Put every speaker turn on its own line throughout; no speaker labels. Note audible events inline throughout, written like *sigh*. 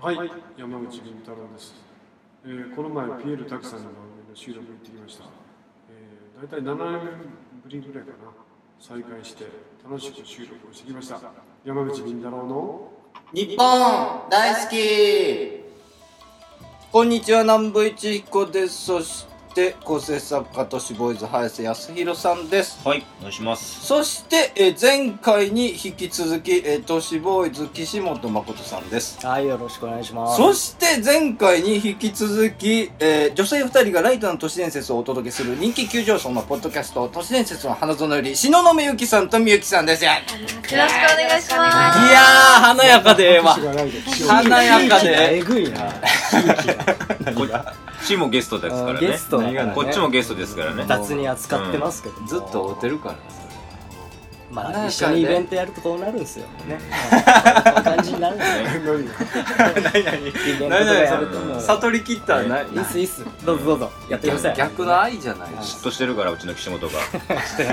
はい、山口敏太郎です、えーこの前ピエール拓さんの番組の収録行ってきました、えー、大体7年ぶりぐらいかな再開して楽しく収録をしてきました山口敏太郎の
日本大好きこんにちは南部一彦ですそして構成作家都市ボーイズ早瀬康弘さんです
はい、お願いします。
そして、えー前回に引き続き、えー都市ボーイズ岸本誠さんです
はい、よろしくお願いします。
そして前回に引き続き、えー女性2人がライトの都市伝説をお届けする人気急上昇のポッドキャスト都市伝説の花園より東雲ゆきさんとみゆきさんですいや
よろしくお願いします。
ー華やかでええわ
私が来月しよ
華やかで
えぐいな。
こっちもゲストですからね。
ゲストだからね
こっちもゲストです
*laughs*
からね。
雑に扱ってますけども、
ずっと追ってるから
ま
華やか
あ、
で
一緒にイベントやるとこうなるんですよ。ね。はいこんな感じになるんですよ。
う何が
何何
イベントとか
何
やると
何
も
々
う。
悟り切ったらない
いっすいいっす。どうぞどうぞ。やってください。
逆の愛じゃない
嫉妬してるから、うちの岸本が。
して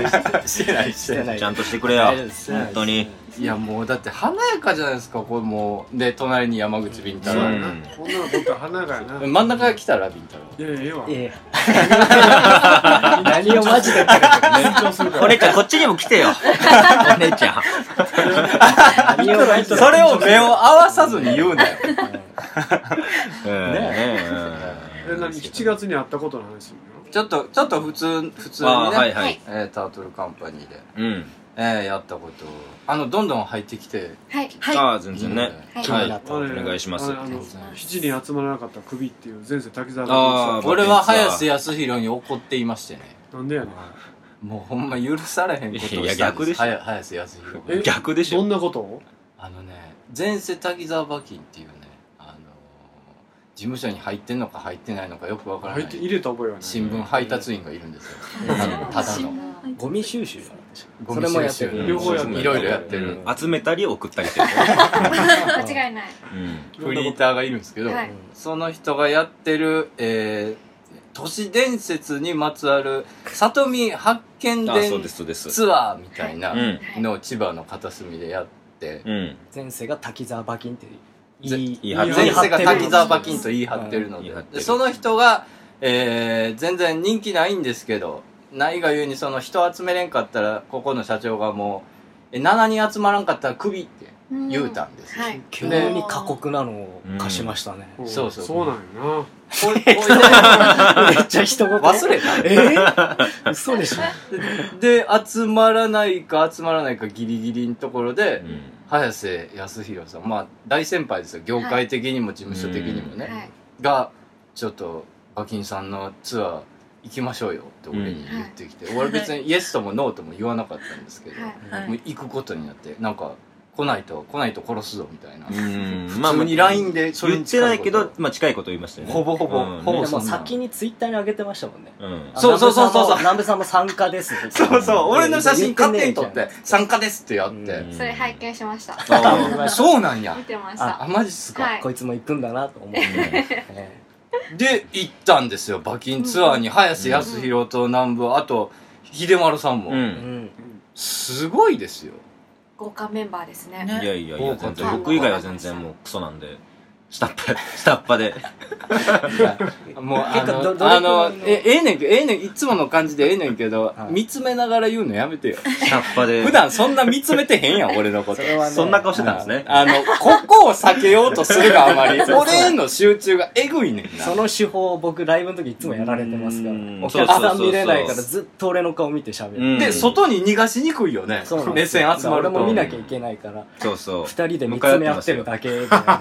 ない、してない
ちゃんとしてくれよ。
大丈夫です
本当に。
いやもうだって華やかじゃないですかこれもうで隣に山口敏太
う
郎、
ん。
こんなの撮ったら花がな
真ん中が来たら敏太郎
いやいやええわ
いやいや何をマジで言ってる
緊張するから
お姉ちゃん、こっちにも来てよ。お姉ちゃん。
何をマジで
それを目を合わさずに言うなよ
うん。ね
え何7月に会ったことの話する
ちょっとちょっと普通普通
あ
にね、
ーはいはい。
えータートルカンパニーで、
うん。
えーやったことあのどんどん入ってきて
はい。
あ
は
あ、全然ね。
はい
気にな
は
っ
の
た
あれ
お願いします
あれあの7人集まらなかった首っていう前世滝沢
あー
俺は早瀬康弘に怒っていましてね
なんでやねん
もうほんま許されへんことをしたん
い
で
や
す
逆でしょ
早早瀬康弘
え
逆でし
ど
ょ。
んなことを
あのね前世滝沢馬琴っていうねあのー事務所に入ってんのか入ってないのかよくわからな
入って入
い
れた覚えはない
新聞配達員がいるんですよ
うん
あのただの
ゴミ収集さ
ゴ
そ
ミ
れもやっ
収
て
集
る
両方やってる
いろいろやってる、
うん集めたり送ったりしてる。
間違いない。
うん。
フリーターがいるんですけど、
はい
その人がやってる、えー都市伝説にまつわる里見発見
ああ、そうで
伝
す、そうです。。
ツアーみたいうなんのを千葉の片隅でやって、
うん。
前世が滝沢馬琴っていう
ぜ
いい
いいはず
前世が滝沢馬琴と言い張ってるので,、
うん言い張って
で
る
その人が、えー全然人気ないんですけどないがゆえにその人集めれんかったらここの社長がもう「え7人集まらんかったらクビ」って言うたんですよ、
はい。
急に過酷なのを貸しましたね、
うん
そうそう
そうなんよ
*laughs*
ほいほいで忘
めっちゃ人言
れた
えー、嘘でしょ
で集まらないか集まらないかギリギリのところで、
うん
早瀬康弘さんまあ大先輩ですよ業界的にも事務所的にもね、
はい。
がちょっと馬琴さんのツアー行きましょうよって俺に言ってきて、俺別にイエスともノーとも言わなかったんですけど、
はい。
もう行くことになってなんか来ないと来ないと殺すぞみたいな、
うん。
普通に LINE でそれ
言っ
に
て
近こと
ないけど、まあ近いこと言いましたよね。
ほぼほぼ、
うん
ほ
で
ぼ
も
そ
うん
な
先にツイッターに上げてましたもんね
うん。
そうそうそうそうそう
あ南部さんも南部さんも参加ですみたいな
そう
*laughs*
そう、俺の写真
言
勝
ね
手
え
に
じゃ
撮
ん
って、参加ですってやって。
うん
それ拝見しました。
あそうなんや
見。てました。
あ、マジっすか。
はい
こいつも行くんだなと思って、え
で、行ったんですよ、馬琴ツアーに。早瀬康弘と南部、あと、秀丸さんも。
う。
えうんん、
すごいですよ。
豪華メンバーですね。
いやいやい
多
や、
か
全
った
然。僕以外は全然もうクソなんで。下っ端、下っ端
*laughs*
で。
もう、あ
結構どどれく
の、
ら
あ
いの
のえ、ええねんけど、ええねん、いつもの感じでええねんけど
は、い
見つめながら言うのやめ *laughs* てよ。
下っ端で。
普段そんな見つめてへんやん、俺のこと。 *laughs*
れはね
そんな顔してたんですね。
あの、ここを避けようとするがあま *laughs* り、俺への集中がえぐいねんな。
その手法を僕ライブの時いつもやられてますから
うん
お客さん見れないか
そ
ら
うそう
ずっと俺の顔見て喋る、
うん
で、外に逃がしにくいよね
そうなん。
目
ですよ
線集まる
俺も見
と。
なきゃいけないから
そうそう。
二人で見つめ合ってるだけでなんか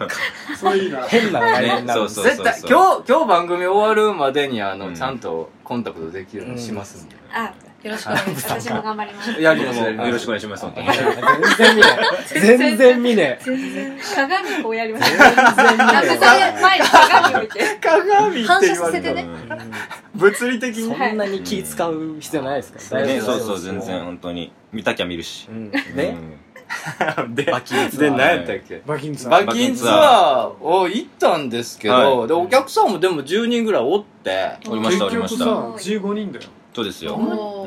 なそれいいな
変なライブになるん
ねそ
です
う
よ、
そう
絶対今日今日番組終わるまでにあの、
うん
ちゃんとコンタクトできるようにしますんで、
あ、よろしくお願いします。私も頑張ります。
やり
僕
ます
も
やります
よろしくお願いします、本当に。
*laughs* 全然見ねえ全然見ねえ
全然鏡こうやりました。ナムさん前に鏡置いて。
鏡
反射させてね。
物理的
そ
に
んなに気使う必要ないですから、
ね、
大丈
そ
夫
う
です
そう、全然、本当に。見たきゃ見るし
う。ん
う
で、
ん
で
バキンツアー
で何やったっけ
バキンさん
バキンツアーを行ったんですけど、
は
でお客さんもでも10人ぐらいおって
おりました、おりまし
結
た。
局さ15人だよ
そうですよ。
お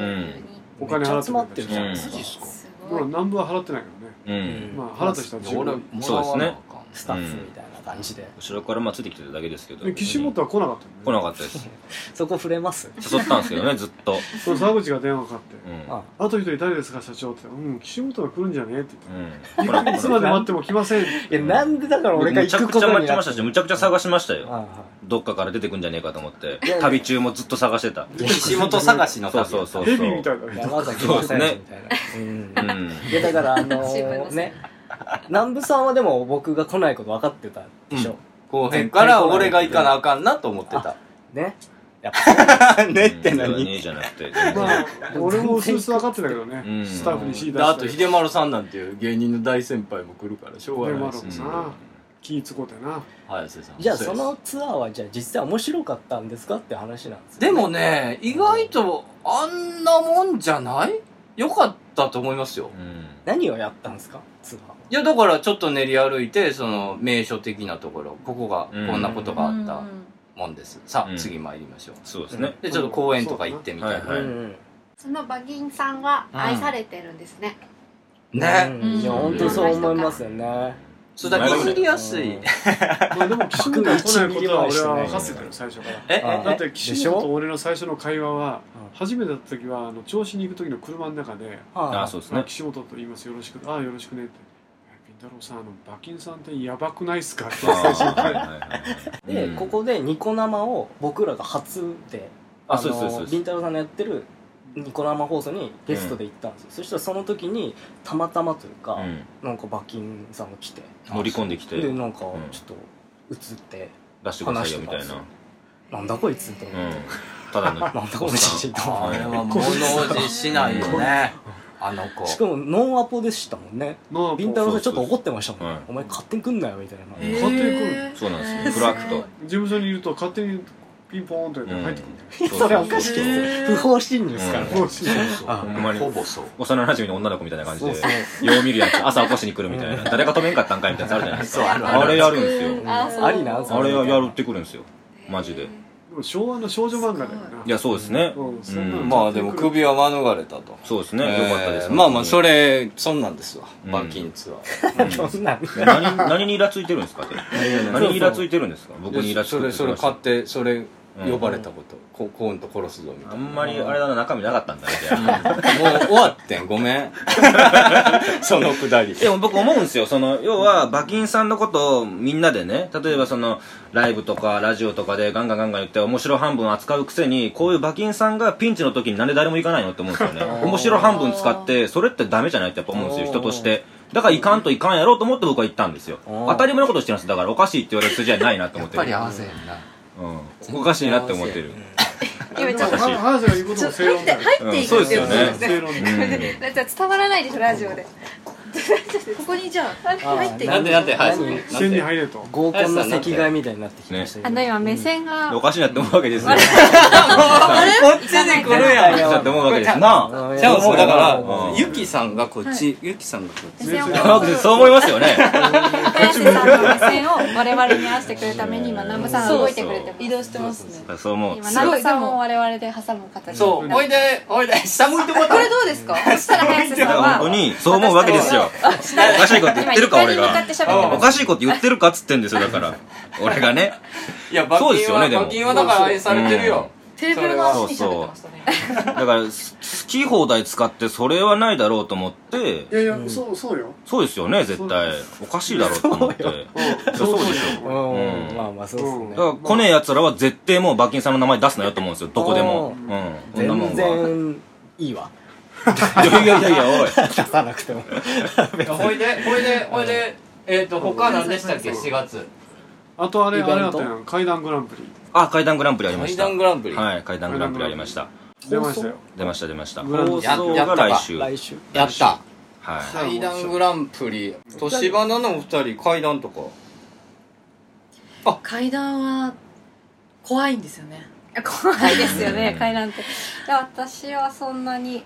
お金払って
めっちゃ集まってるじゃ
ないです
か
す
ほ
ご
ら
い。
南部は払ってないからね
うん。
まあ払った人は
俺
15人
もらわなあかん
スタッフみたいな、感じで
後ろからまあついてきてるだけですけど
で岸本は来なかったよね
来なかったです
そこ触れます
誘ったんですけどねずっと、
その沢口が電話かかって
う
あ
ん
あ
「あと一人誰ですか社長」って言ったら「うん岸本が来るんじゃね?」って
うん、
言って「いつまで待っても来ません」
いやなんでだから俺が
む
行
ちゃ
く
く
こ
ち
と
ゃ
にな
待ちましたしむちゃくちゃ探しましたよ、
はいは
どっかから出てくんじゃねえかと思って
いやいや
旅中もずっと探してた
岸本探 *laughs* しの
そう
旅
そうそうそ
デ
う
ビューみたいだ
い
ね
山崎まさよしみたいな
う
うん
ん
いやだからあの
心配な
ー、
さい
ね南部さんはでも僕が来ないこと分かってたでしょ、
後編から俺が行かなあかんなと思ってた。
ね
ねって
うん
何
ねえじゃなくて
まあ俺も薄々分かってたけどね、
うん
スタッフに指示出
だあと
して
秀丸さんなんていう芸人の大先輩も来るからしょうが
で
ない
も
で
ね
す
な気ぃつこうてな
早瀬さん
じゃあ
うです
そのツアーはじゃあ実際面白かったんですかって話なんですよ、
でもね意外とあんなもんじゃないよかったと思いますよ
うん
何をやったんですかツアーはい
やだからちょっと練り歩いてその名所的なところここがこんなことがあった
うん
もんです、さあ、
うん
次参りましょう
そうですね
でちょっと公園とか行ってみたい
うん
な、
はい
うん
その馬銀さんは愛されてるんですね。
ね、
うんいや本当にそう思いますよね
そうだからいじりやす
う
い
ん
まあでも岸本が来ないことは俺は分かってたよ
うん
最初から
え
あ
え
ー
だって岸本と俺の最初の会話は
うん
初めてだった時はあの調子に行く時の車の中で
はい
あそうです
まあ
ね
岸本と言いますよろしくああよろしくねってピン太郎さんあの馬琴さんってやばくないっすかって最初に言って
で、ここでニコ生を僕らが初で
あ
の
そうですそうです
りんたろーさんのやってるニコ生放送にゲストで行ったんですよ、そしたらその時にたまたまというか、
うん
なんか馬琴さんが来て
乗り込んできて
でなんかちょ
ん
っと映って、
出してくださいよみたい
話して
な
たんなんだこいつと思
う
っ
ん
て、
た
*laughs*
だの
なんだこの写真と
あ
思っ
れ
て
は物おじしないよねあの子
しかもノンアポでしたもんね
ノア
りんたろーさんちょっと怒ってましたもんね、
はい
お前勝手に来んなよみたいな、
え
勝手に来る
へー
そうなんですよフラッと
事務所にいると勝手にピンポーンとやって入ってくるんだよ
うん
それおかしいですよ、
へー
不法侵入ですからね、
うん
もうしない
あ
ほんまに
ほぼそう
幼馴染の女の子みたいな感じで
そうそう
よう見るやつ朝起こしに来るみたいな誰か止めんかったんかいみたいなやつあるじゃないです
そうある
かあれやるんですよ
あそう
ありなんすよ
あれはやるってくるんですよマジで
でも昭和の少女漫画だよない
やそうですね
うんそんなの
うん
まあでも首は免れたと
そうですねよかったです
えーまあまあそ
れ
れそんなんですわ
うん
馬琴ツアー
そんなん
何何にイラついてるんですかって何にイラついてるんですか僕にイラつ
そ
く
れ
って
そ
言
れ
ってま
買
し
ってそれ呼ばれたこと、こコーンと殺すぞみ
た
た
あ
いな、
んまりあれだな中身なかったんだみたいな
もう終わってんごめん *laughs* そのくだり
でも僕思うんですよその要は馬琴さんのことをみんなでね例えばそのライブとかラジオとかでガンガンガンガン言って面白半分扱うくせにこういう馬琴さんがピンチの時になんで誰も行かないのって思うんですよね面白半分使ってそれってダメじゃないってやっぱ思うんですよ人としてだからいかんといかんやろうと思って僕は行ったんですよ
おー
当たり前のことしてるんですだからおかしいって言われる筋合いないなと思ってる
せんな
うん、おかしいなって思ってる、
今ちょっと
私
話が言うこと
ちょ
も
っと
正
入っ
論
て
だよ
入っていくっていうことです
正
ね。
論だよ
う
だって伝わらないでしょラジオで。 *laughs* ここにじゃあ入ってい
なんでなんではい
何
視点に入れと
合コンの席替えみたいになってきましたけど
あの今目線が
ん、おかしいなって思うわけですよおかし
こっちで来るやん
い
い
や
なって思うわけですよなあ
じゃあもうだから
うん
ゆきさんがこっちゆきさんがこ
目
っち
線を
山口そう思いますよね
早瀬さんの目線を我々に合わせてくれるために今南部さんが動いてくれてます。
移動してますね
そう思う
今南部さんも我々で挟む形。
そうおいでおいで下向いてもらっ
こ
た
れどうですか？そしたら早瀬
だ
さん
から
は
本当にそう思うわけですよ。おかしいこと言ってるか
今床
俺
に向かって喋って
が。
ます
おかしいこと言ってるかっつってんですよだから。俺がね。
いや馬
そうです
琴
よね
は
でも
馬琴はだから愛されてるよ、
テーブルの足に喋ってましたね
だからす好き放題使ってそれはないだろうと思って
い。やいやそうそうよ
そうですよね絶対。おかしいだろうと思って。
うん
そ
そ
う
う
で
ですす
う
よ
ん、
うん
まあまあそうですね
だから来ねえ奴らは絶対もう馬琴さんの名前出すなよと思うんですよどこでも。うん。こんなもん
全
は。
然いいわ
いやいやいやいやおい。
*laughs* 出さなくても
おいでおいでおいでえっ、と他何でしたっけ4月
あとあれ
イベント
あれあったやん階段グランプリ
あ階段グランプリありました。
階段グランプリ
はい階段グランプリありました。
出ましたよ
出ました出ました。
グランプ
放
リ
送が来週。は
来
い。
週
やった
階
階
段
段
グ
グランプリ年花のお二人階段とか
階段は怖いんですよね
怖いですよ
う
ね
ん
階段って。いや私はそんなに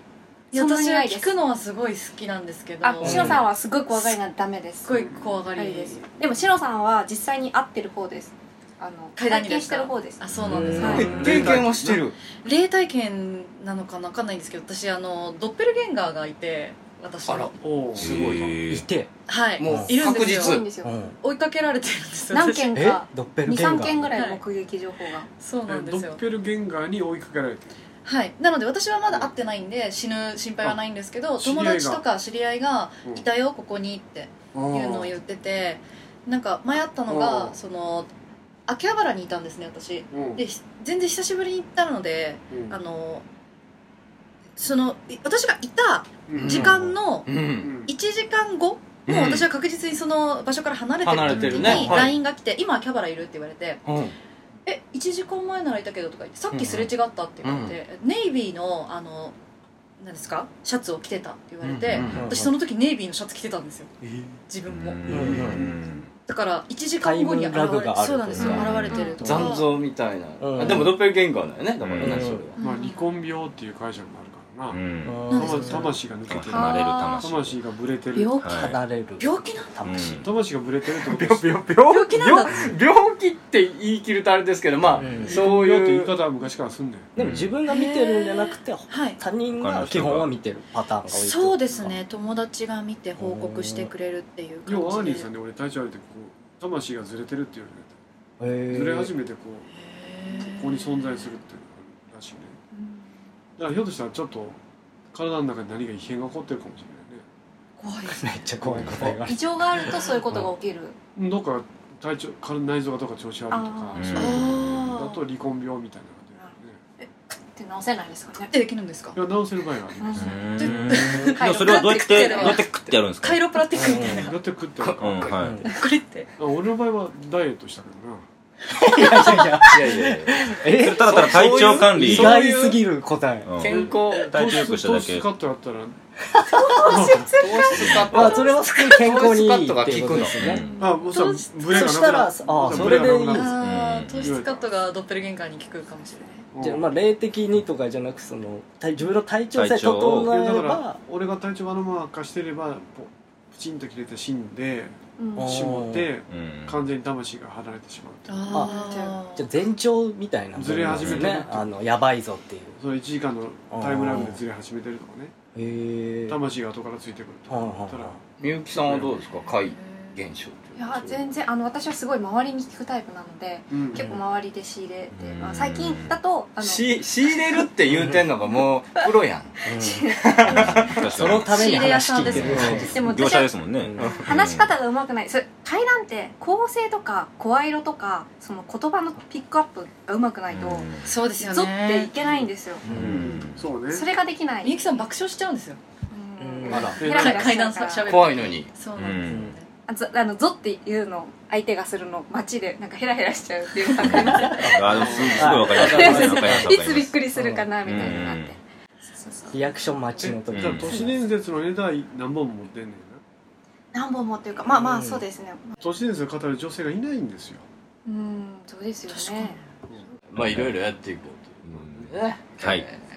いや
そんなに
私は
ないです
聞くのはすごい好きなんですけど
あ、シロさんはすごい怖がりなんでダメです。
すごい怖が
あれ
り
です。でもシロさんは実際に会ってる方です。あの
階段に
体験してる方です。
あそうなんです
うん
は
え
い
経験はしてる
霊体験なのかなわかんないんですけど私あのドッペルゲンガーがいて私
あら
おお
すごいな、
へ
い
ー
て、
はい
もう
いるんです
多い
よ
確
んで
実
す
う
よ。
ん、
追いかけられてるんですよ
何
私
件
え
か、
ドッペル
2、
ゲンガ
3
ー
件ぐら
はい
い目撃情報が。
そうなんで
ド
すよ
ッペルゲンガーに追いかけられてる
はい、なので私はまだ会ってないんで死ぬ心配はないんですけど
あ知り合
友
いが
達とか知り合いが
うん
「いたよここに」って
あ
いうのを
ー
言っててなんか前あったの
う
が
ん
その秋葉原にいたんですね私
うん
でひ全然久しぶりに行ったので
うん
あのそのい私がいた
うん
時間の
う
うんん
1時間後
うん
もう私は確実にその場所から離れて
離れ
る
て
時
るね
に
はい
LINE が来て「今秋葉原いる?」って言われて
うん
え1時間前ならいたけどとか言ってさっきすれ違ったって言われて、ネイビーのあの何ですかシャツを着てたって言われて、
うんうんうん
私その時ネイビーのシャツ着てたんですよ自分も、
うん
だから1時間後に現れ
タイムラグがある
そうなんですよ
うん
現れてるとか
残像みたいな、
うん
あでもドッペルゲンガーだよねだからね、
うん
それは
うん
まあ離婚病っていう解釈もあるから
う
な、
ん
なんで
魂
すよね
魂が抜けてる
離れる
あ
魂
魂がブレてる
病気、
はい
離れる
病気なんだ
魂、
うん
魂がブレてるってことです
*laughs* 病病
病気なんだ
病病気って言い切るとあれですけどまあ、
うん
そう
病って
い
言いう方は昔からすんだよ
でも自分が見てるんじゃなくて、
はい
他人が基本は見てるパターンが多いってこと
そうですね友達が見て報告してくれるっていう
要はアー
感
ニー
じで
さんで俺体調悪いてこう魂がずれてるって言わ
へ
れ
ー
てずれ始めてこう
へー
ここに存在するっていうのがあるらしいねだからひょっとしたらちょっと体の中に何か異変が起こってるかもしれ
怖いです
めっちゃ怖いこと言われ
異
て
常があるとそういうことが起きる。
ないねどっか体調体内臓がどっか調子悪いとか
あ
ー
そういうことだと離婚病みたいな感
って直せないですかね。
できるんですか
じだよねいや治せる場合があります
う
うん
で
でもそれはどうやってどうやって食ってやるんですか
カイロプラクティックみたいな
だって食ってるか
う
ら
ん
う
は
ん
い
これって
あ俺の場合はダイエットしたけどない
やいや
いやい
いや
やいや
え *laughs*
それただただ体調管理
意外すぎる答え
うん
健康
体調良くしただ
糖質
け
カットやったら
糖質カッ
まあ
ト
それはすごい健康にいいっていうことです
う
ね
ん
あもうさ
糖質
ブレがな
そし
く
たら
な
あー
ブレがなくな
それ
る
でいい
あ
うん
ー糖質カットがドッペルゲンガーに効くかもしれない
じゃあ
うん
まあ霊的にとかじゃなくその体自分の体調さえ
体調を
整
いや
え
だか
れ
ら
ば
俺が体調がのまま悪化してればポプチンと切れて死んで
うん
あー
しまって
うん
完全に魂が離れてしまうっていう
あ
じゃあ前兆みたいなもんなん
ずれ始
です
めてる
ねあのやばいぞっていう
その1時間のタイムラグでずれ始めてるとかね
へえ
魂が後からついてくると
は
か
い
だ
はいはい
ったら
みゆきさんはどうですか怪現象って
いや全然あの私はすごい周りに聞くタイプなので
うん
結構周りで仕入れて、
うん
まあ、最近だとあの
し仕入れるって言うてんのがもうプロやん
そのために話聞いてる
仕入れ屋さんで
でも
業
私
者で
は
すもんね
うん
話し方がうまくないそれ階段って構成とか声色とかその言葉のピックアップがうまくないと、
ーそうですよ
ゾってい
ね
けないんですよ、
うん
そうね
それができない
みゆきさん爆笑しちゃうんですよ
うん
うんあら
ヘラヘラ
階
しちゃ
段
う
さ
から
喋って
怖いのに
そうなんですよね
あぞあのゾっていうのを相手がするの街でなんかヘラヘラしちゃうっていうのがあります
*laughs*
よ
あでもすすごいわかりますわかりますわかり
い
ます
つびっくりするかなみたいなのがあって、
うん
そうそうそう
リアクション待ちの時
えじゃあ都市伝説のネタ何本も持ってんねんな
何本もっていうかまあま
う
あ
ん
そうですね
都市伝説を語る女性がいないんですよ
うんそうですよね
まあいろいろやっていこうという、ね
はい
えー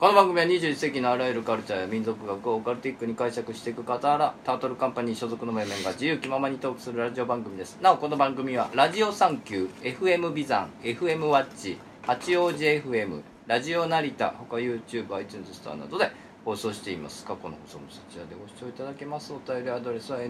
この番組は21世紀のあらゆるカルチャーや民族学をオカルティックに解釈していく傍らタートルカンパニー所属の面々が自由気ままにトークするラジオ番組ですなおこの番組はラジオサンキュー FM ビザン FM ワッチ八王子 FM ラジオ成田他 YouTube、iTunes ストアなどで放送しています過去の放送もそちらでご視聴いただけますお便りアドレスは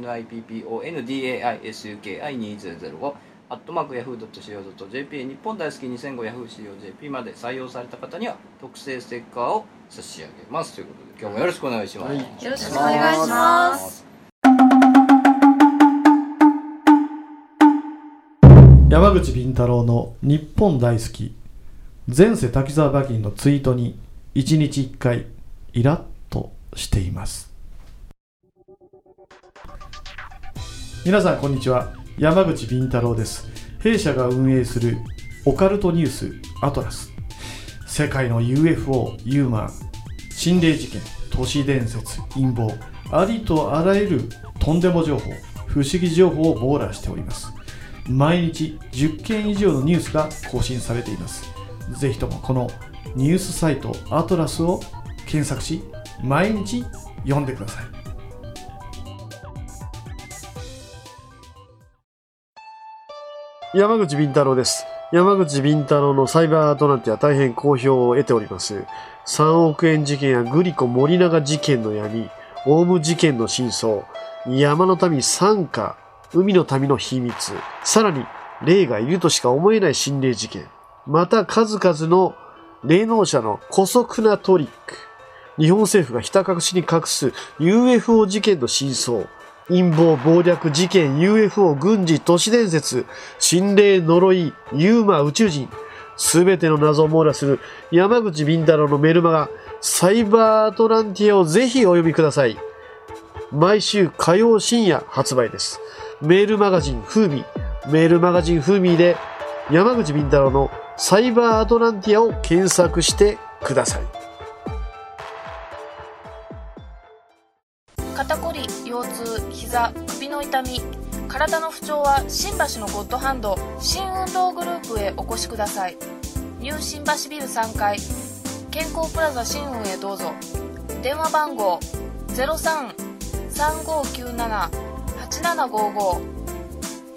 NIPPONDAISUKI2005 アットマークヤフー .co.jp 日本大好き2005ヤフー .co.jp まで採用された方には特製ステッカーを差し上げますということで今日もよろしくお願いしま
は
す、
い
よろしくお願いします
山口敏太郎の日本大好き前世滝沢馬琴のツイートに1日1回イラッとしています皆さんこんにちは山口敏太郎です弊社が運営するオカルトニュースアトラス世界の UFO ユーマン心霊事件都市伝説陰謀ありとあらゆるとんでも情報不思議情報を網羅しております毎日10件以上のニュースが更新されていますぜひともこのニュースサイトアトラスを検索し毎日読んでください
山口敏太郎です。山口敏太郎のサイバーアトランティア大変好評を得ております。3億円事件やグリコ森永事件の闇、オウム事件の真相、山の民参加、海の民の秘密、さらに霊がいるとしか思えない心霊事件、また数々の霊能者の古速なトリック、日本政府がひた隠しに隠す UFO 事件の真相、陰謀、暴略、事件、UFO、軍事、都市伝説、心霊、呪い、ユーマ、宇宙人、すべての謎を網羅する山口敏太郎のメルマガ、サイバーアトランティアをぜひお読みください。毎週火曜深夜発売です。メールマガジンフーミー、メールマガジンフーミーで山口敏太郎のサイバーアトランティアを検索してください。
肩こり腰痛膝首の痛み体の不調は新橋のゴッドハンド新運動グループへお越しくださいニュー新橋ビル3階健康プラザ新運へどうぞ電話番号0335978755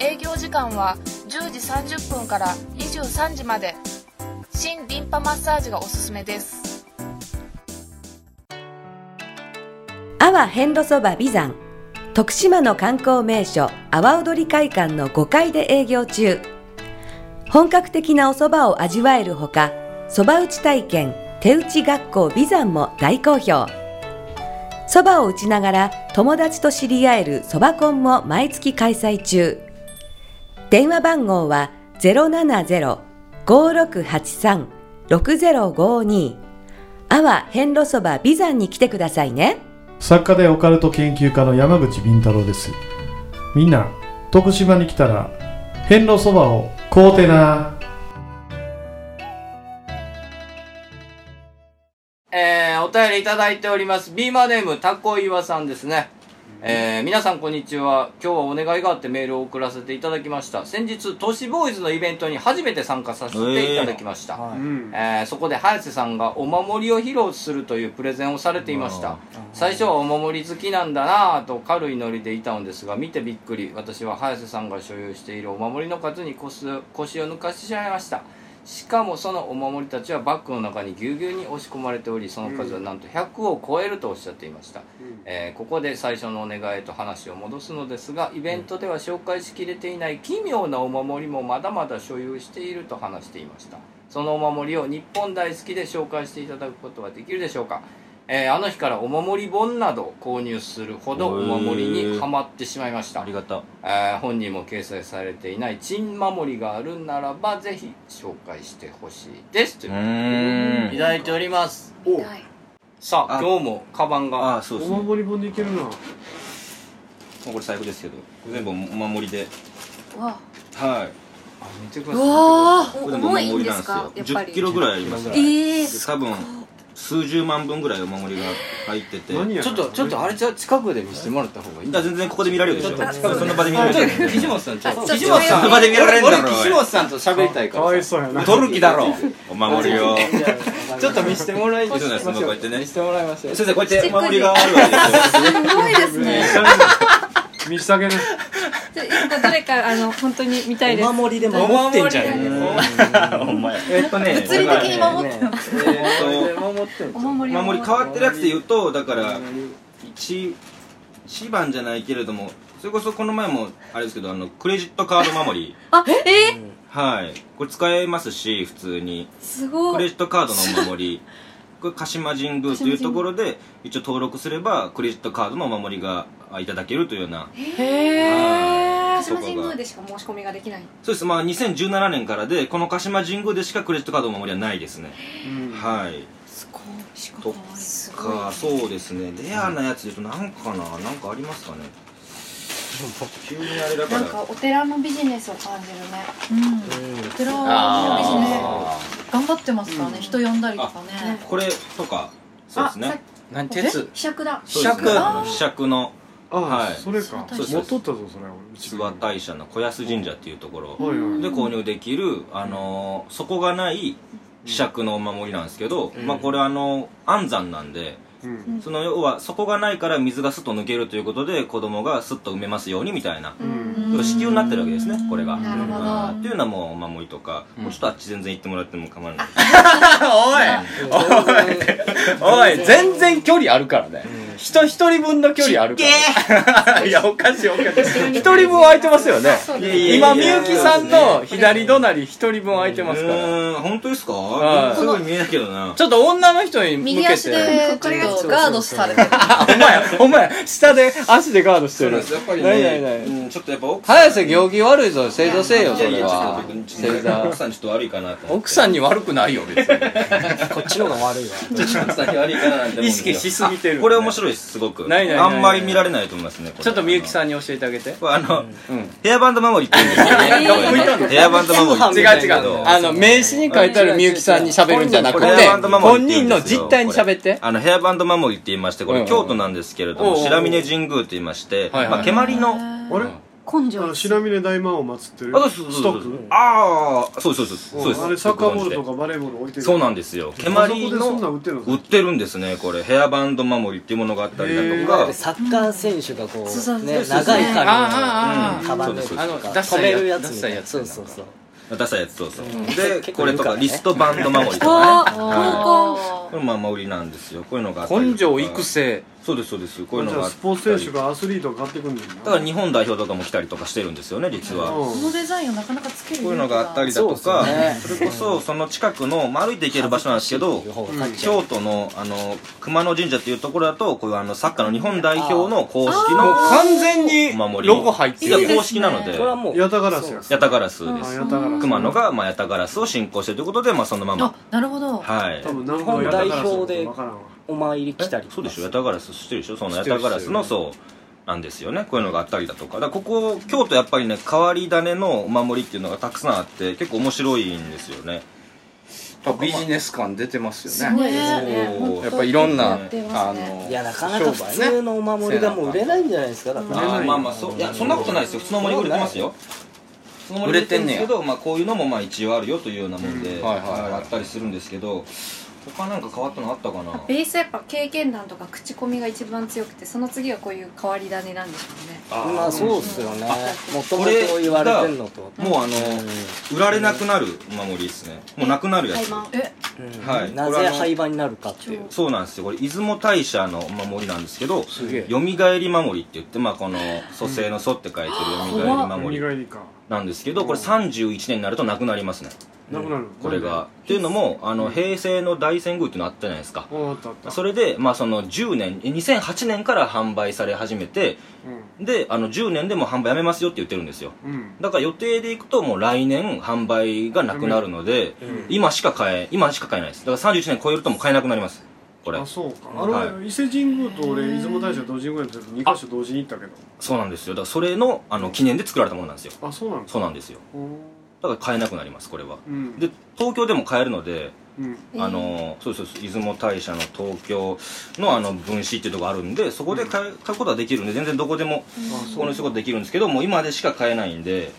営業時間は10時30分から23時まで新リンパマッサージがおすすめです
阿波遍路そば美山徳島の観光名所阿波踊り会館の5階で営業中本格的なお蕎麦を味わえるほか蕎麦打ち体験手打ち学校美山も大好評蕎麦を打ちながら友達と知り合える蕎麦コンも毎月開催中電話番号は070-5683-6052阿波遍路そば美山に来てくださいね
作家でオカルト研究家の山口敏太郎ですみんな徳島に来たら遍路そばを買うてな
えーお便りいただいております。ビーマーネーム、タコイワさんですね。えー皆さんこんにちは。今日はお願いがあってメールを送らせていただきました。先日、都市ボーイズのイベントに初めて参加させていただきました。
は
う
い
ん
えーそこで早瀬さんがお守りを披露するというプレゼンをされていまし
う
た
わ
最初はお守り好きなんだなぁと軽いノリでいたのですが見てびっくり私は早瀬さんが所有しているお守りの数に腰を腰を抜かしてしまいましたしかもそのお守りたちはバッグの中にぎゅうぎゅうに押し込まれておりその数はなんと100を超えるとおっしゃっていました、えーここで最初のお願いへと話を戻すのですがイベントでは紹介しきれていない奇妙なお守りもまだまだ所有していると話していましたそのお守りを日本大好きで紹介していただくことはできるでしょうか、えーあの日からお守り本など購入するほどお守りにはまってしまいました
ありがとう
えー本人も掲載されていないチン守りがあるならばぜひ紹介してほしいですというう
ーん
いただいております
お
はい
さあ
あ
今日もカバンが
ああそうです
お
ねも
守り本でいけるな
うこれ財布ですけど全部お守りで
わ
はい
あ見てくだ
う
さい
わ
あ
これ全部お
重いん
守り
で
なん
す
ですよ
かやっぱり
1 0キロぐらいあります
ーええ
で多分数十万分ぐらいお守りが入ってて
何や
ちょっとちょっとあれじゃあ近くで見せてもらった方がいい
だから全然ここで見られるでしょその場で見られるでし
岸
ょ
本さんちょっと
あちょっと
岸本さん
その場で見られるんだろ
俺俺岸本さんと喋りたいか
かわ
ら
い
さ
そうや
*laughs*
な
取る気だろお守り
*laughs*
を
じゃあ
ちょっと見せてもらいましょう
そうですねこうやってね
見せてもらいましょう
先生こうやってお守りがあるわけですよ
すごいですね
見下げる
ちょ一個どれかあの本当に見たいです
お守りで守ってんじゃん
お前えっとね
物理的に守って
ね
えっと
守ってん
お守りを
守り変わってるやつで言うとだから一一番じゃないけれどもそれこそこの前もあれですけどあのクレジットカード守り
あえー
はいこれ使えますし普通に
す
ク
ご
レ
い
ジットカードのお守りこれ鹿島神宮というところで一応登録すればクレジットカードのお守りがあいただけるというような
鹿島
鹿
神宮でしか申し込みができない
そうですまあ2017年からでこの鹿島神宮でしかクレジットカードのお守りはないですね
うん
はい
すごいしか
と
もすごい
かそうですねレアなやつで言うとなんかななんかありますかね急にあれだか
なん
ら
かお寺のビジネスを感じるね
うん寺のビジネ
あ
ス頑張ってますからね人呼んだりとかね
これとかそう
あ
です
さっ
ね
ー何
き
鉄
ひしゃくだ
そうですね
あー
ひしゃくの
あ
は
はいいそれか
そうです
持っとったぞそれ俺
諏訪大社の小安神社っていうところ
はいはい
で購入できる、あのー底がない試着のお守りなんですけど、
うん
まあ、これあの安山なんで
うん
その要は底がないから水がすっと抜けるということで子供がすっと埋めますようにみたいな
う
うん
ん
支給になってるわけですねこれが。
なるほど
あーっていうのはもうお守りとか、
うん
もうちょっとあっち全然行ってもらっても構わない
おいおい全然距離あるからね人一人分の距離あるから。いや、おかしいおかしい。一人分空いてますよね
そうですね。
今、みゆきさんの左隣一人分空いてますから。
本当です
か
すごい見えないけどな。
ちょっと女の人に向けて。
右足でちょっとガードされてる
*laughs* お前、下で、足でガードしてる。やっぱり
ね
ちょっとやっぱ早瀬行儀悪いぞ、正座せえよ、そ
いやい
れ
やち
は。
ょっと
正座。
奥さんちょっと悪いかなと
*laughs* 奥さんに悪くないよ、別に。
こっちの方が悪いわ
ちょっと奥さんに悪いかななんて思うんですよ
意識しすぎてる
あこれ面白いですすごく
ないないないない
あんまり見られないと思いますね
ちょっとみゆきさんに教えてあげて。
あのヘアバンド守りって言うんです
*laughs*
よね
どこ行ったの
ヘアバンド守りって
違う違う。あの、名刺に書いてあるみゆきさんに喋るんじゃなくて
これヘアバン、ド守り
本
って言うん
人
で
の
すよ
実態に喋って。
あのヘアバンド守りって言いましてこ
うん
れ
うん
京都なんですけれど
おうおう
も
おう
白峰神宮って言いまして
はいはい
まあ蹴鞠の
あれ根性あの白峰大魔王を祀ってる
あそうそう
ス
そ
ト
う
ック
ああそうですそうですそうです
あれサッカーボールとかバレーボール置いてる
そうなんですよ蹴鞠
あそこでそんな
の
ん売ってるの
売ってるんですねこれヘアバンド守りっていうものがあったりだとか
サッカー選手がこ
そうそう
う
そう
ね
そう
長い
あーあーあー
髪を束ねるとか
そうですそうです
止めるやつ
あのダ
み
サ
た
い
い
や
な
つ
そうそうそう
ダサいやつそうそう
結
で
構
こ
い
れ
る
と
から
か
ね
リストバンド守りとかね
あー
はいこれまあ守りなんですよこういうのがあったり
根
とか
性育成。
そうですそうですこういうの
じゃ
があ
あ
っ
スポーツ選手がアスリートを買ってくんねんな
だから日本代表とかも来たりとかしてるんですよね実は
こ
このデザインをなかなかつける
こういうのがあったりだとかそれこそその近くのまあ歩いて行ける場所なんですけど京都のあの熊野神社っていうところだとこういうあのサッカーの日本代表の公式の
完全にロゴ入ってる
公式なので
ヤタガラスや
ヤタガラスです
ヤタガラス
熊野がまあヤタガラスを信仰してるということでまあそのまま
あなるほど
はい
多分
日
何
本
回
代
ヤタガラス
表でお参り来たり
そうでしょヤタガラス知ってるでしょそのヤ
知って
タ
る
ガラスの
知っ
そうなんですよねこういうのがあったりだとかだからここ京都やっぱりね変わり種のお守りっていうのがたくさんあって結構面白いんですよね
ビジネス感出てます
すごいですね
おー
やっぱいろんな
出てます
あの
いやなかなか普通のお守りがもう売れないんじゃないですかだって
あーまあまあそういやそんなことないですよ普通のお守り売れてますよ普通のお守り売れてるんですけど、まあ、こういうのもまあ一応あるよというようなもんで、あったりするんですけど他なんか変わったのあったかな
ベースやっぱ経験談とか口コミが一番強くてその次はこういう変わり種なんでしょうね
まあそうっすよねもと
こと
も
れ
言われてんのと
がもうあの売られなくなるお守りですねもうなくなるやつ
え
はい
な
これ
ぜ
あの
廃盤になるかっていう
そうなんですよこれ出雲大社のお守りなんですけど
げえ
よみがえり守りって言って、まあ、この蘇生の蘇って書いてるよみがえり守り
がえりか
なんですけどこれ31年になるとなくなりますね
なくなる
これがっていうのもあの平成の大遷宮っていうのあったじゃないですか
あったあった
それで、まあ、その10年え2008年から販売され始めてであの10年でもう販売やめますよって言ってるんですよ
うん
だから予定でいくともう来年販売がなくなるので、
うん
今しか買え今しか買えないですだから31年超えるともう買えなくなりますこれ
あそうかあ
はい
の伊勢神宮と俺出雲大社同時に行った時2カ所同時に行ったけど
そうなんですよだからそれのあの記念で作られたものなんですよ
あそうなんだ
そうなんですよだから買えなくなりますこれは
うん
で東京でも買えるので
うん
あのそうそうそう出雲大社の東京のあの分子っていうとこあるんでそこで買え買うことはできるんで全然どこでも
そ
この仕事できるんですけどもう今でしか買えないんで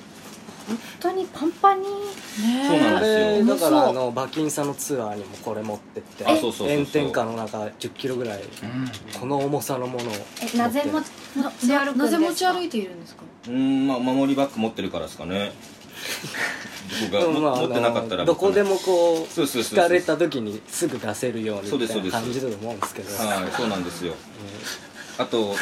本当にパンパンに
そうなんですよ
だからあの馬琴さんのツアーにもこれ持ってって
あそうそうそうそう
炎天下の中1 0キロぐらいこの重さのものを
えなぜも持ち歩くんですか
なぜ持ち歩いているんですか
うーんまあ守りバッグ持ってるからですかね僕が
まあ
も持ってなかった
あの
ら
どこで
も
もこう
そうそうそうそう
聞かれた時にすぐ出せるように
そう
み
です
たいな
そうです
感じだと思うんですけど
はいそうなんですよあと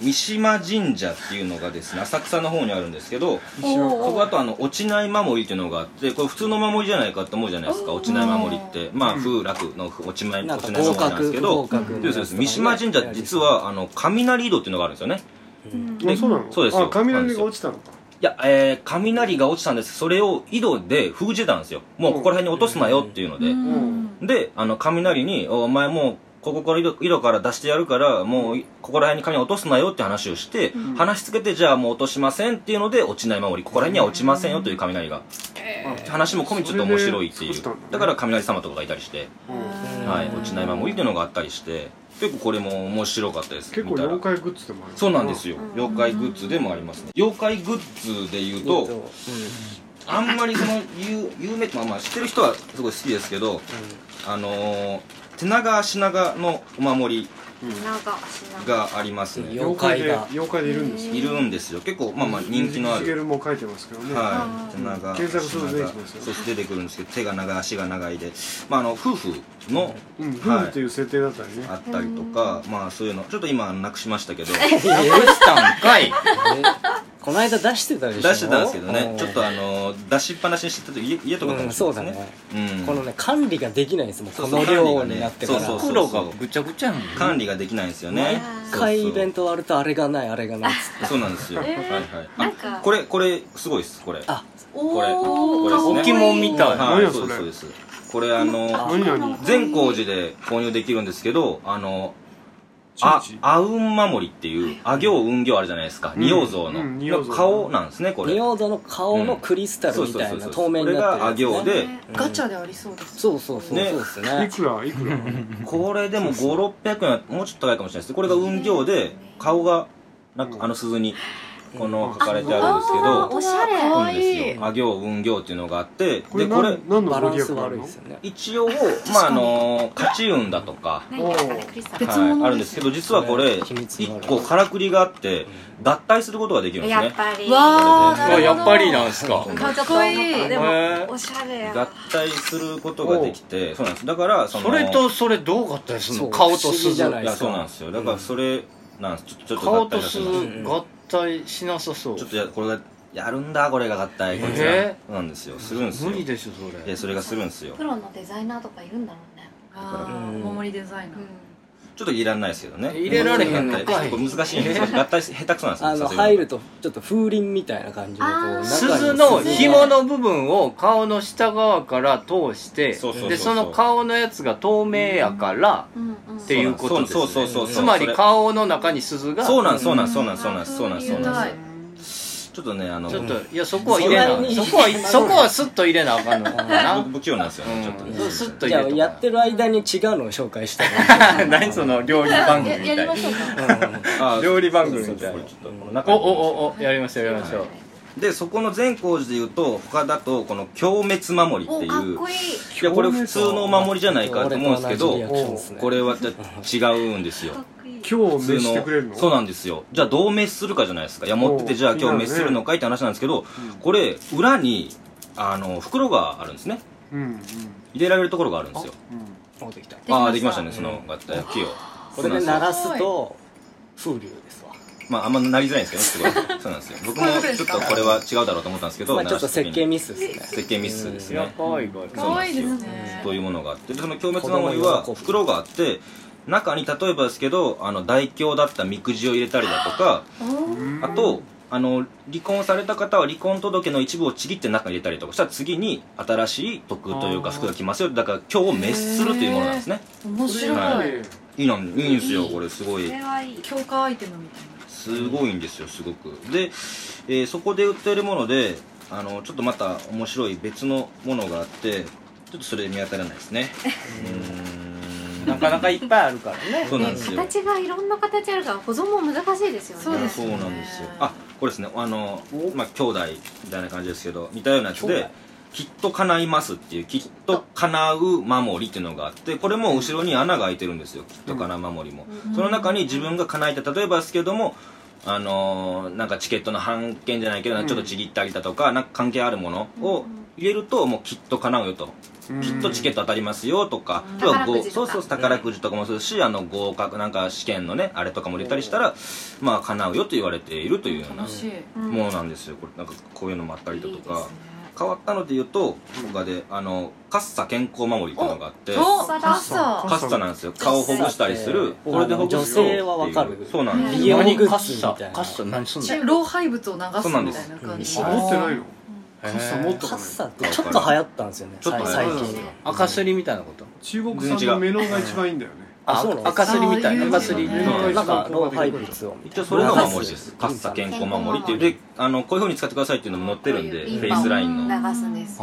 三島神社っていうのがですね浅草の方にあるんですけど
三島
ここあとあの落ちない守りっていうのがあってこれ普通の守りじゃないかって思うじゃないですか落ちない守りってまあ風楽の落ちない
なん
落
か
ちない守りなんですけど
合格合格
そ
の
うですそうです三島神社って実はあの雷井戸っていうのがあるんですよね
あそうなの
そうですよ
あ雷が落ちたのか
いや、えー雷が落ちたんですそれを井戸で封じてたんですよもうここら辺に落とすなよっていうので、であの雷に「おお前もうここから井戸井戸から出してやるからもういここら辺に雷落とすなよ」って話をして、
うん
話しつけて「じゃあもう落としません」っていうので落ちない守りここら辺には落ちませんよという雷が、話も込みちょっと面白いっていうだ,、から雷様とかがいたりして、はい、落ちない守りっていうのがあったりして結構これも面白かったです
結構
見たら
妖怪グッズでもある
そうなんですよ妖怪グッズでもありますね妖怪グッズでいうと、あんまりその有有名まあまあ知ってる人はすごい好きですけど、あのー手長品川のお守り
なんか足長
がありますね
妖怪で妖怪でいるんです
いるんですよ結構まあまあ人気のあ
水
る
木も書いてますけどね
はい、手長
検索すると出てきますよ
そして出てくるんですけど手が長い足が長いで、まあ、あの夫婦の、
うん夫
はい
婦という設定だったりね
あったりとか、まあそういうのちょっと今なくしました
*laughs*
けど
した
んかい
この間出してたでしょ
出してたんですけど
う
ね
ん
ちょっとあの出しっぱなしにしてたと家家とかかもしれないですね,、うん
このね管理ができないんですもん
そう
こ
そう
の量になってから
そうそうそうそう
ぐちゃぐちゃ
管理ができないんですよね
一回イベント終わるとあれがないあれがないっつって
そうなんですよ、
えー
はいはいあ
なんか
これこれすごいですこれあ
お
これこれですね
置物みたい
は
何や
いそうですそ
そ
う
れ
ですこれあの
何何
善光寺で購入できるんですけどあのあ、あうん守りっていう、あ行、うん行あるじゃないですか。
うん
仁王像の。
うん仁王
の
像
顔なんですね、これ。
仁王像の顔のクリスタルみた
う
い
んそうそう
な
そうそう
透明になってるやつ
これがあ行
うん
ガチャでありそうです
そうそうそうそうですね
いくらいくらこれでも5600円はもうちょっと高いかもしれないですこれが運行で顔がなんかあの鈴にこの書かれてあるんですけ
あ
ど
おしゃれ可
うんですよあ行運行っていうのがあってでこれ
何のご利益があるの
一応まああの勝ち運だとかはい、あるんですけど実はこれ1個からくりがあって脱退することができるんです
やっ
ね
ぱり
わ
ーなるほどやっぱり
なんですか
かっこいいで
へ
も
ー
おしゃれや
脱退することができてそうなんですだからその
それとそれどう合体するの顔と鈴
やそうなんですよだからそれなんですちょちょっと脱
顔と
退させ
鈴
ます
合体しなさそう
ちょっとやこれがやるんだこれが合体こいつが
え
そうなんですよするんですよ無理
でしょそれ
いやそれがするんですよ
プロのデザイナーとかいるんだろうね
あーうん
守りデザイナー
ちょっと入れられないですけどね
入れられへんのかい
合体結構難しいんですよ合体下手くそなんですよ
あ
させ
の
るの
入るとちょっと風鈴みたいな感じでこう中に
鈴の紐の部分を顔の下側から通して
うそうそう
でその顔のやつが透明やからっていうことですね
そうそうそうそう
つまり
それ
顔の中に鈴が
そうなんですそうなんですそうなんですそうなんですそうなんですそうなん
う
ですちょっとねあの
ちょっといやそこは入れなそこはそこはスッと入れなあかんのかな
*laughs* 僕不器用なんですよねちょっとね
スッと
じゃ
入
あ
れ
やってる間に違うのを紹
*laughs*
介したら
何その料理番組みたいな
う
料理番組みたいなおおおおやりましょうやりましょう
でそこの善光寺でいうと他だとこの京滅守りっていういやこれ普通のお守りじゃないかと思うんですけど
俺と同じリアクションですね
これはじゃ違うんですよ
今日召してくれるの
そうなんですよじゃあどう滅するかじゃないですかいや持っててじゃあ今日滅するのかいって話なんですけどこれ裏にあの袋があるんですね
うん
入れられるところがあるんですよ
持ってきた
ああーできましたねその合体木を
これで鳴らすと風流ですわ
まああんまなりづらいんですけどねすごい *laughs* そうなんですよ僕もちょっとこれは違うだろうと思ったんですけど
まあちょっと設計ミスですね
設計ミスですね
いや可愛い可愛い
そうなんよ
可愛いで
というものがあってでその京滅守りは袋があって中に例えばですけどあの大凶だったみくじを入れたりだとかあとあの離婚された方は離婚届の一部をちぎって中に入れたりとかしたら次に新しい徳というか福が来ますよだから今日を滅するというものなんですね
面白
はいいいのいいんですよこれすごい
いい強化アイテムみたい
すごいんですよすごくで、えーそこで売ってるものであのちょっとまた面白い別のものがあってちょっとそれ見当たらないです *laughs* ねうーん
なかなかいっぱいあるから
ね
そうなんですよ
形がいろんな形あるから保存も難しいですよね
そうなんですよあこれですねあのまあ兄弟みたいな感じですけど似たようなやつ
兄
で「きっと叶います」っていう「きっと叶う守り」っていうのがあってこれも後ろに穴が開いてるんですよ「きっと叶う守りも」
うん
その中に自分が叶えた例えばですけどもあのーなんかチケットの半券じゃないけど
うん
ちょっとちぎってあげたとか,、なんか関係あるものを入れるともうきっと叶うよと、きっとチケット当たりますよとか、
ん
例えば
宝くじとか
そうそう宝くじとかもそうですし、あの合格なんか試験のねあれとかも入れたりしたら、まあ叶うよと言われているというような
楽しい
ものなんですよこれなんかこういうのもあったりだとか変わったので言うと他であのカッサ健康守りっていうのがあって
おカッサ
カッサなんですよ顔をほぐしたりする
カッサって
これでほぐすよっていう
女性はわかる
そうなんです
美容
何
グ
カッ
ッズ
サ
みたいな
カッサ何すん
な老廃物を流すみたいな感じ
そうなんですうんあ持ってない
の
カッサ持っとかないと
ちょっと流行ったんですよね
ちょっと
最
最
近
近赤すりみたいなこと
中国産のメロンが一番いいんだよね
あそうなんです赤すりみたいな
赤すり
なんか老廃物を
一応それが守りですカッサ健康守りっていうであのこういうふうに使ってくださいっていうのも載ってるんでフェイスラインの
流すんです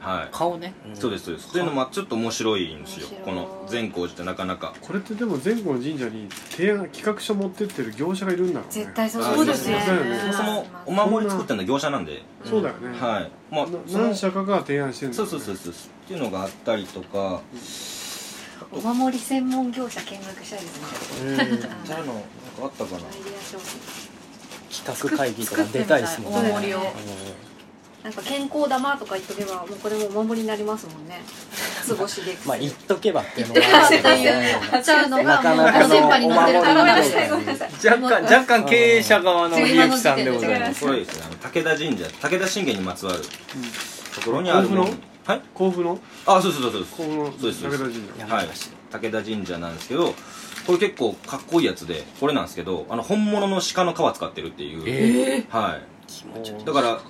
はい、
顔ね
そうですそうですというのもちょっと面白いんですよこの善光寺ってなかなか
これってでも全国の神社に提案企画書持ってってる業者がいるんだろうね
絶対そう
そうですね
だよね
そもそもお守り作ってるの業者なんで
そうだよね
はいまあ
何社かが提案してるんだ
そうそうそうそうっていうのがあったりとか
お守り専門業者見学したいですね。
じゃあのなんかあったかな
アイデア商品
企画会議とか出たいですもんね
作ってみたいお守りをなんか健康玉とか言っとけばもうこれもお守りになりますもんね。 *laughs* つぼしで。
まあ言っとけばっていう
*laughs*
の
言っとけばっていうの
は
はっちゃうのが
なかなか
もう電波に乗ってる
お守り
ごめんなさいごめんなさい
若干若干経営者側のみゆきさんでございます
これですねあの武田神社武田信玄にまつわるところにある
甲府の
はい
甲府の
あそうそうそうそうです
甲府の
そうですそうです
武田神社
はい武田神社なんですけどこれ結構かっこいいやつでこれなんですけどあの本物の鹿の皮使ってるっていう
え
はいだからもう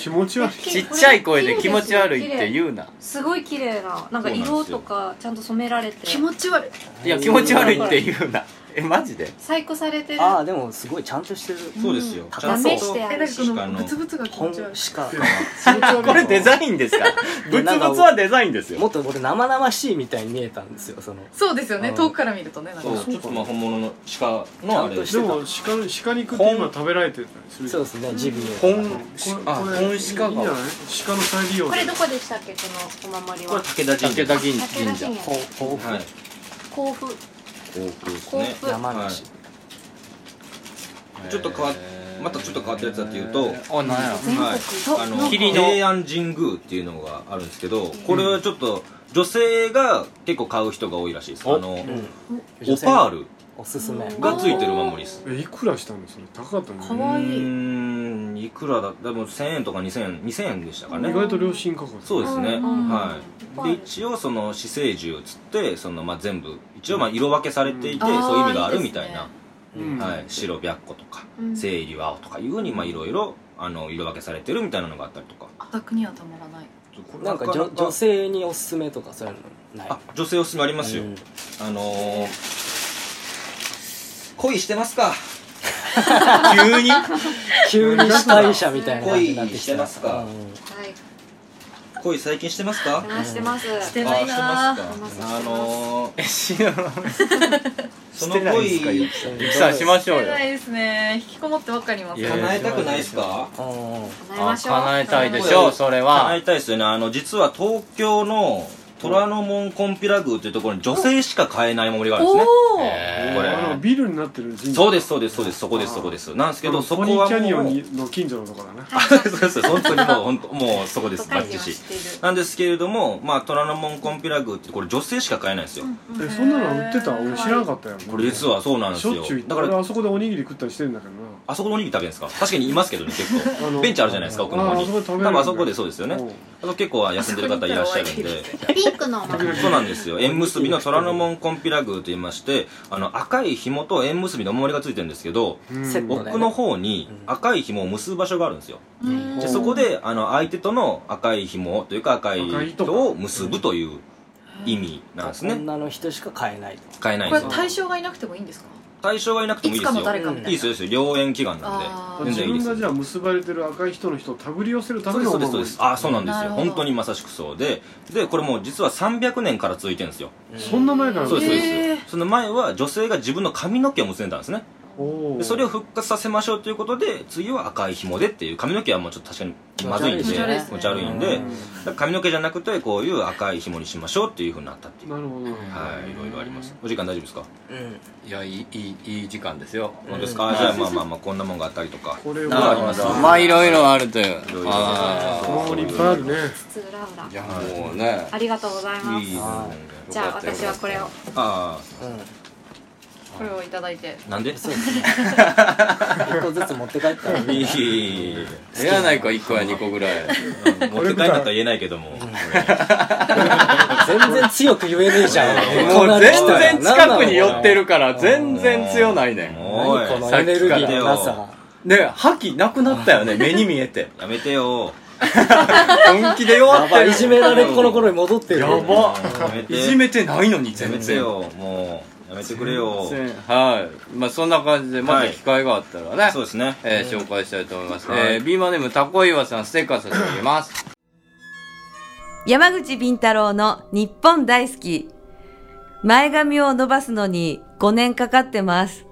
気持ち悪い
ちっちゃい声で気持ち悪いって言うな
すごい綺麗ななんか
そうなんで
色
すよ
とかちゃんと染められて気持
ち悪い
いや気持ち悪いって言うなえマジで
細工されてる
ああでもすごいちゃんとしてる
そうです
*laughs*
よ
高そう
試してあるし
あの
々が
本しか
これデザインですかブツブツはデザインですよ
もっと俺生々しいみたいに見えたんですよその
そうですよね遠くから見るとねなんか
そうちょっとまあ本物の鹿のあれ
でも鹿の鹿肉って今食べられてたりするそうです
ねジビエ
本
あ本
鹿がいいんじゃない鹿の再利用
こ
で
れどこでしたっけこのお守りは
武田神社
武田神
神社
甲府はい
甲府
甲府です
甲
ね
府山
はいちょっと変わっまたちょっと変わったやつだっていうと
あなんや
はい、あの
霧の
平安神宮っていうのがあるんですけどこれはちょっと女性が結構買う人が多いらしいですあの、オパール
おすすめ
がついてるお守りです
えいくらしたんですれ高かったん
かわいいいくらだでも1000円とか2000円2000円でしたかね
意外と良心価格
そうですね、
うん
はいで一応その四聖獣つってその、まあ、全部一応まあ色分けされていて、
うん
そういう意味があ
あ
る
ーい
み
いで
た
す
いな、
うん
はい、白白個とか
うん
青龍青とかいうふうにまあいろいろあの色分けされてるみたいなのがあったりとか
オタクにはたまらない
なんか女女性におすすめとかそういうのない
あ女性おすすめありますよ、あのー、恋してますか急に
急に死体者みたいな感じになって
恋
き
したてますか、恋最近してますか
話してますして
ないな
あしてますかあのー、 *laughs* その
してないんすか
恋
ゆきさんゆきさんしましょう
して
よ
ないですね引きこもってばっかりいますから
叶えたくないですか
叶えましょうあ叶え
たいでしょうそれは
叶えたいですよねあの実は東京の虎ノ門コンピラ宮というところに女性しか買えない守りがあるんですね
おー
これ
あのビルになってる神社
そうですそうですそうですそこですそこですなんですけ
あ
ど
の
そこ
ポ
は
ニ
も
ー
う
キャニオンの近所のとこだね
そうです本当にもう
*laughs*
本当もうそこですバッチシなんですけれどもまあ虎ノ門コンピラグってこれ女性しか買えないんですよ、
えそんなの売ってた俺知らなかったよ
これ実はそうなんです
しょ
よ
っちゅう行って
だか
俺
ら
あそこでおにぎり食ったりしてんだけどな
あそこのおにぎり食べるんですか確かにいますけどね結
*laughs*
構ベンチあるじゃないですか奥の方
あ
に
あそこで食べれるん
多
だ
分あそこでそうですよねあと結構は休んでる方いらっしゃるんで
*laughs*
ピンクのお守り
そうなんですよ縁結びの虎ノ門コンピラグと言いましてあの赤い紐と縁結びのお守りがついてるんですけど、
うん
奥の方に赤い紐を結ぶ場所があるんですよ、
うん
でそこであの相手との赤い紐というか赤い糸を結ぶという意味なんですね
女の人しか買えない
買えないん
こ
で
れ
すよ
対象がいなくてもいいんですか
対象がいなくてもいいですよ
いつかの誰かみたいない
いですよいいですよ良縁祈願な
あ
んで全
自
然い
分が
いです
じゃあ結ばれてる赤い人の人を手繰り寄せるた
そ
め
うです
の
そ
お
うですそう
守り
ですあそうなんです
な
よ
るほど
本当にまさしくそうででこれもう実は300年から続いてるんですよ
そんな前から
そうですそう
へ
ですその前は女性が自分の髪の毛を結んでたんですね
おー
でそれを復活させましょうということで次は赤い紐でっていう髪の毛はもうちょっと確かにまずいんで
気持ち悪いですね
気持ち悪いんでだから髪の毛じゃなくてこういう赤い紐にしましょうっていうふうになったっていう
なるほど
はいいろいろありますお時間大丈夫ですか
いやいいいいいい時間ですよ
本当ですか、
うん
あじゃあまあまあまあこんなもんがあったりとか
これ
はまあいろいろあるというあー
お守りいっぱいあるね
津々浦
いやもうね
々ありがとうございますじゃあ私はこれを
あ
あ、
これをいただいて
なんで
そうですね一個ずつ持って帰ったら
いいいいいい
ええやないか1個や2個ぐらい
持って帰ったとは言えないけども
全然強く言えねえじゃん
もう全然近くに寄ってるから全然強ないね
おい
さっきから
エネルギーのなさ
ね覇気なくなった *laughs* よね目に見えて
やめてよ
本気で弱
や
って
ば
る
いいじめられっ子の頃に戻ってる
やばいじめてないのに
やめ
全
て
然
よもうやめてくれよ
全然はいまあそんな感じでまた機会があったらね、
そうですね、
えー紹介したいと思います、
はい
えー、ビーマネームタコイワさんステッカー差し上げます
山口敏太郎の日本大好き。前髪を伸ばすのに5年かかってます。